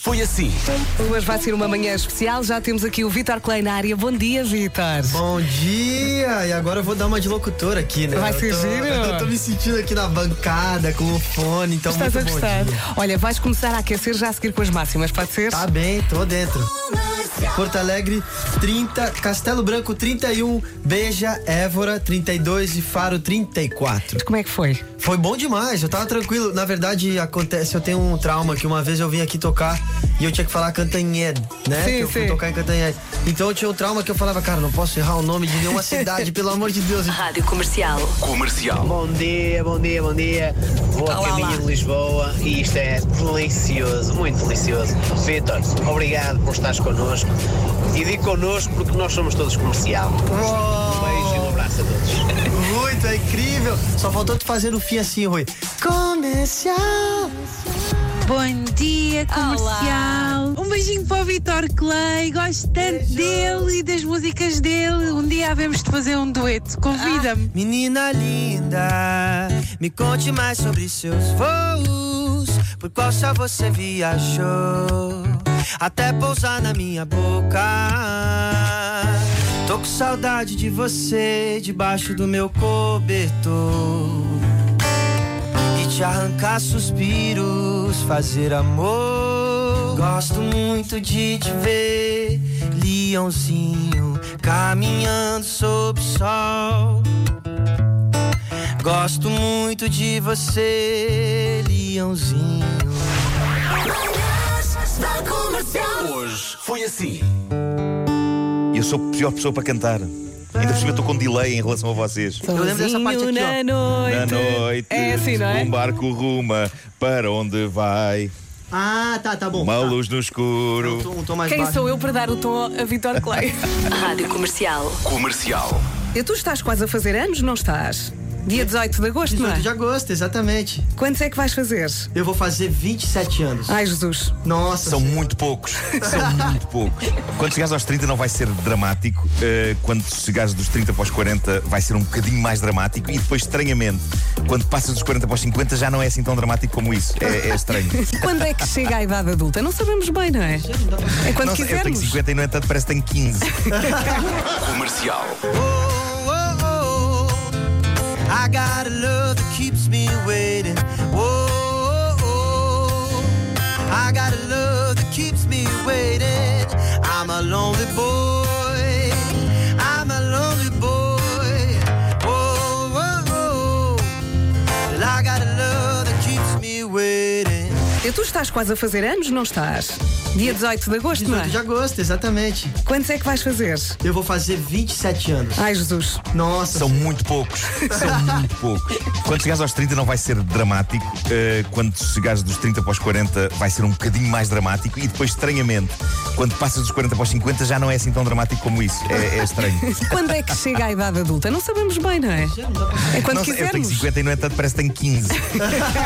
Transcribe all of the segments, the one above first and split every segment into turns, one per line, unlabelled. Foi assim.
Hoje vai ser uma manhã especial. Já temos aqui o Vitor Clay na área. Bom dia, Vitor.
Bom dia! E agora eu vou dar uma de locutor aqui, né?
Vai ser
eu tô,
giro.
Eu tô me sentindo aqui na bancada com o fone, então
Estás a
muito bom
gostar?
dia.
Olha, vais começar a aquecer já a seguir com as máximas, pode ser?
Tá bem, tô dentro. Porto Alegre 30, Castelo Branco 31, Beja, Évora 32 e Faro 34.
Como é que foi?
Foi bom demais, eu tava tranquilo. Na verdade, acontece, eu tenho um trauma que uma vez eu vim aqui tocar e eu tinha que falar Cantanhede, né?
Sim,
que eu fui
sim.
tocar em Cantanhede. Então eu tinha um trauma que eu falava, cara, não posso errar o nome de nenhuma cidade, pelo amor de Deus.
Rádio Comercial.
Comercial.
Bom dia, bom dia, bom dia. Vou a
Olá,
caminho
olá.
de Lisboa e isto é delicioso, muito delicioso. Vitor, obrigado por estares connosco. E digo connosco porque nós somos todos comercial. Um beijo e um abraço a todos.
Muito, é incrível. Só faltou tu fazer o fim assim, Rui. Comercial.
Bom dia, comercial. Um beijinho para o Vitor Clay. Gosto tanto dele e das músicas dele. Um dia havemos de fazer um dueto. Convida-me.
Menina linda, me conte mais sobre seus voos. Por qual só você viajou? Até pousar na minha boca. Tô com saudade de você debaixo do meu cobertor. e te arrancar suspiros, fazer amor. Gosto muito de te ver, leãozinho, caminhando sob o sol. Gosto muito de você, leãozinho.
Hoje foi assim.
E eu sou a pior pessoa para cantar. Ainda por cima estou com delay em relação a vocês.
Eu lembro dessa parte aqui,
na
ó.
noite.
Na noite,
É assim, não é?
um barco ruma para onde vai.
Ah, tá, tá bom.
Uma
tá.
luz no
Um
escuro.
tom- um tom mais
Quem
baixo.
sou eu para dar o tom a Vitor Clay?
Rádio Comercial.
Comercial.
E tu estás quase a fazer anos, não estás? Dia 18 de agosto, não é?
18 de agosto, exatamente.
Quantos é que vais fazer?
Eu vou fazer 27 anos.
Ai, Jesus.
Nossa,
São muito poucos. São muito poucos. Quando chegares aos 30 não vai ser dramático. eh, quando chegares dos 30 para os 40 vai ser um bocadinho mais dramático. E depois, estranhamente, quando passas dos 40 para os 50 já não é assim tão dramático como isso. É, é estranho.
E quando é que chega a idade adulta? Não sabemos bem, não é? É quando
Nossa, eu tenho
quisermos.
50 e, no entanto, parece que tenho 15.
Comercial.
Oh, oh, oh. I got a love that keeps me waiting. Oh, oh, oh. I got a love that keeps me waiting. I'm a lonely boy. I'm a lonely boy. Oh, oh, oh. Well, I got a love that keeps me waiting.
E tu estás quase a fazer anos, não estás? Dia 18 de agosto, não é?
agosto, exatamente.
Quantos é que vais fazer?
Eu vou fazer 27 anos.
Ai, Jesus.
Nossa,
São muito poucos. São muito poucos. Quando chegares aos 30 não vai ser dramático. eh, quando chegares dos 30 para os 40 vai ser um bocadinho mais dramático. E depois, estranhamente, quando passas dos 40 para os 50 já não é assim tão dramático como isso. É, é estranho.
Quando é que chega a idade adulta? Não sabemos bem, não é? É quando
Nossa, eu tenho
quisermos.
50 e, no entanto, parece que tenho 15.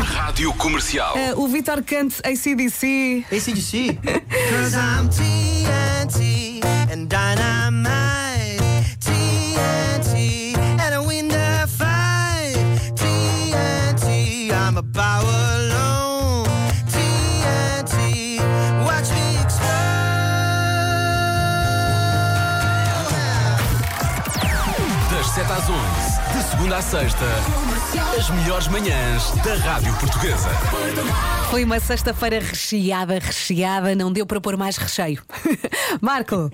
Rádio Comercial.
Ah, o Vitor Cante ACDC.
Esse de si. Cause I'm TNT and dynamite. TNT and I win the fight. TNT, I'm a power alone. TNT, watch me explode.
Das 7 às 11. De segunda à sexta. As melhores manhãs da Rádio Portuguesa.
Foi uma sexta-feira recheada, recheada. Não deu para pôr mais recheio. Marco,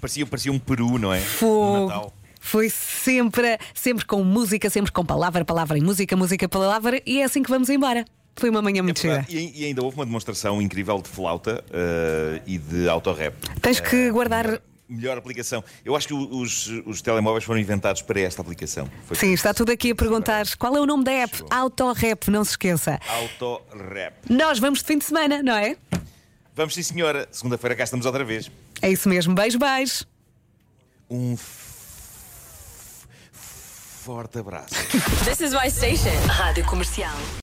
parecia, parecia um Peru, não é? No
fogo.
Natal.
Foi sempre, sempre com música, sempre com palavra, palavra e música, música, palavra. E é assim que vamos embora. Foi uma manhã
É
muito cheia.
E, e ainda houve uma demonstração incrível de flauta eh, e de autorrap.
Tens
É,
que guardar.
Melhor, melhor aplicação. Eu acho que o- os, os telemóveis foram inventados para esta aplicação. Foi
Sim, está tudo aqui a perguntar qual é o nome da app? Autorap, não se esqueça.
Autorrap.
Nós vamos de fim de semana, não é?
Vamos sim, senhora. Segunda-feira cá estamos outra vez.
É isso mesmo. Beijo, beijo.
Um f- f- forte abraço.
This is my station. Rádio Comercial.